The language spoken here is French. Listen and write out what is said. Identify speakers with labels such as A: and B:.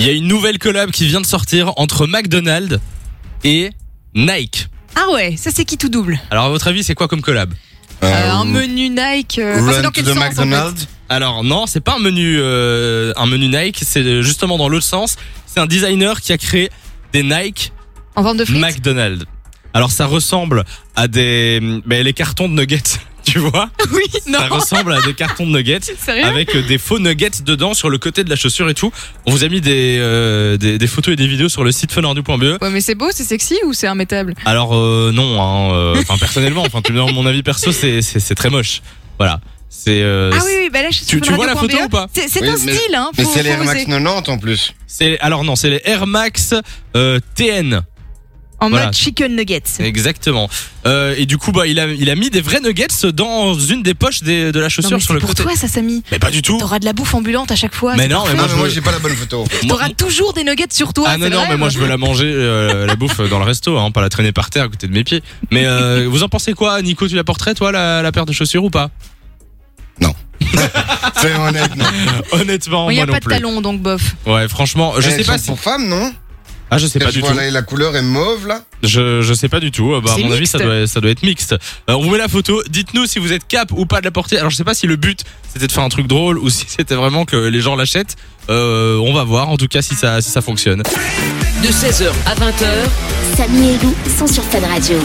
A: Il y a une nouvelle collab qui vient de sortir entre McDonald's et Nike.
B: Ah ouais, ça c'est qui tout double
A: Alors à votre avis, c'est quoi comme collab
B: Euh, Un menu Nike. euh, enfin, c'est dans
C: Run to
B: quel
C: the
B: sens, en fait
C: McDonald's.
A: Alors non, c'est pas un menu euh, un menu Nike, c'est justement dans l'autre sens. C'est un designer qui a créé des Nike
B: En forme de frites
A: McDonald's. Alors ça ressemble à des mais les cartons de nuggets, tu vois
B: Oui,
A: Ça
B: non. Hein
A: ressemble à des cartons de nuggets.
B: Sérieux
A: avec euh, des faux nuggets dedans sur le côté de la chaussure et tout. On vous a mis des, euh, des, des photos et des vidéos sur le site funardu.be.
B: Ouais, mais c'est beau, c'est sexy ou c'est immétable
A: Alors euh, non, hein, euh, enfin personnellement, enfin tu me demandes mon avis perso, c'est c'est c'est très moche. Voilà, c'est euh,
B: Ah oui, oui, bah là je suis
A: tu-
B: sur
A: tu vois la photo
B: radio.be.
A: ou pas
B: C'est c'est
C: Oui,
B: un
C: mais-
B: style, hein.
C: Mais
B: faut-
C: c'est les
B: faut
C: Air Max
B: oser.
C: 90 en plus.
A: c'est alors non, c'est les Air Max euh, TN
B: En
A: Voilà.
B: mode chicken nuggets.
A: exactement. Euh, et du coup bah il a il a mis des vrais nuggets dans une des poches des- de la
B: Non,
A: chaussure
B: mais
A: sur
B: c'est
A: le
B: pour
A: côté.
B: toi, ça, Samy.
A: Mais pas du tout.
B: T'auras de la bouffe ambulante à chaque fois.
A: Mais
B: c'est
A: non, mais
B: parfait.
A: moi,
C: Ah,
A: je
C: mais moi
A: veux-
C: j'ai pas la bonne photo.
A: Moi-
B: T'auras toujours des nuggets sur toi.
A: Ah non,
B: c'est hein. le
A: non, mais
B: rêve.
A: moi je veux la manger, euh, la bouffe euh, dans le resto, hein, pas la traîner par terre à côté de mes pieds. Mais euh, vous en pensez quoi, Nico Tu la porterais, toi, la, la paire de chaussures ou pas
C: C'est honnête, non.
A: Honnêtement,
B: Il n'y
A: moi
B: a
A: non
B: pas de
A: plus.
B: talons donc bof.
A: Ouais, franchement, je
C: Eh,
A: sais
C: elles
A: pas
C: sont
A: si.
C: pour femmes, non
A: Ah, je sais pas
C: Parce que
A: du
C: je
A: tout.
C: vois, là, La couleur est mauve, là.
A: Je, je sais pas du tout. Euh, Bah, à
B: C'est
A: mon avis,
B: mixte.
A: ça doit, ça doit être mixte. Euh, on vous met la photo. Dites-nous si vous êtes cap ou pas de la porter. Alors, je sais pas si le but c'était de faire un truc drôle ou si c'était vraiment que les gens l'achètent. Euh, on va voir en tout cas si ça, si ça fonctionne.
D: de 16h à 20h.
E: Samy et Lou sont sur Fan Radio.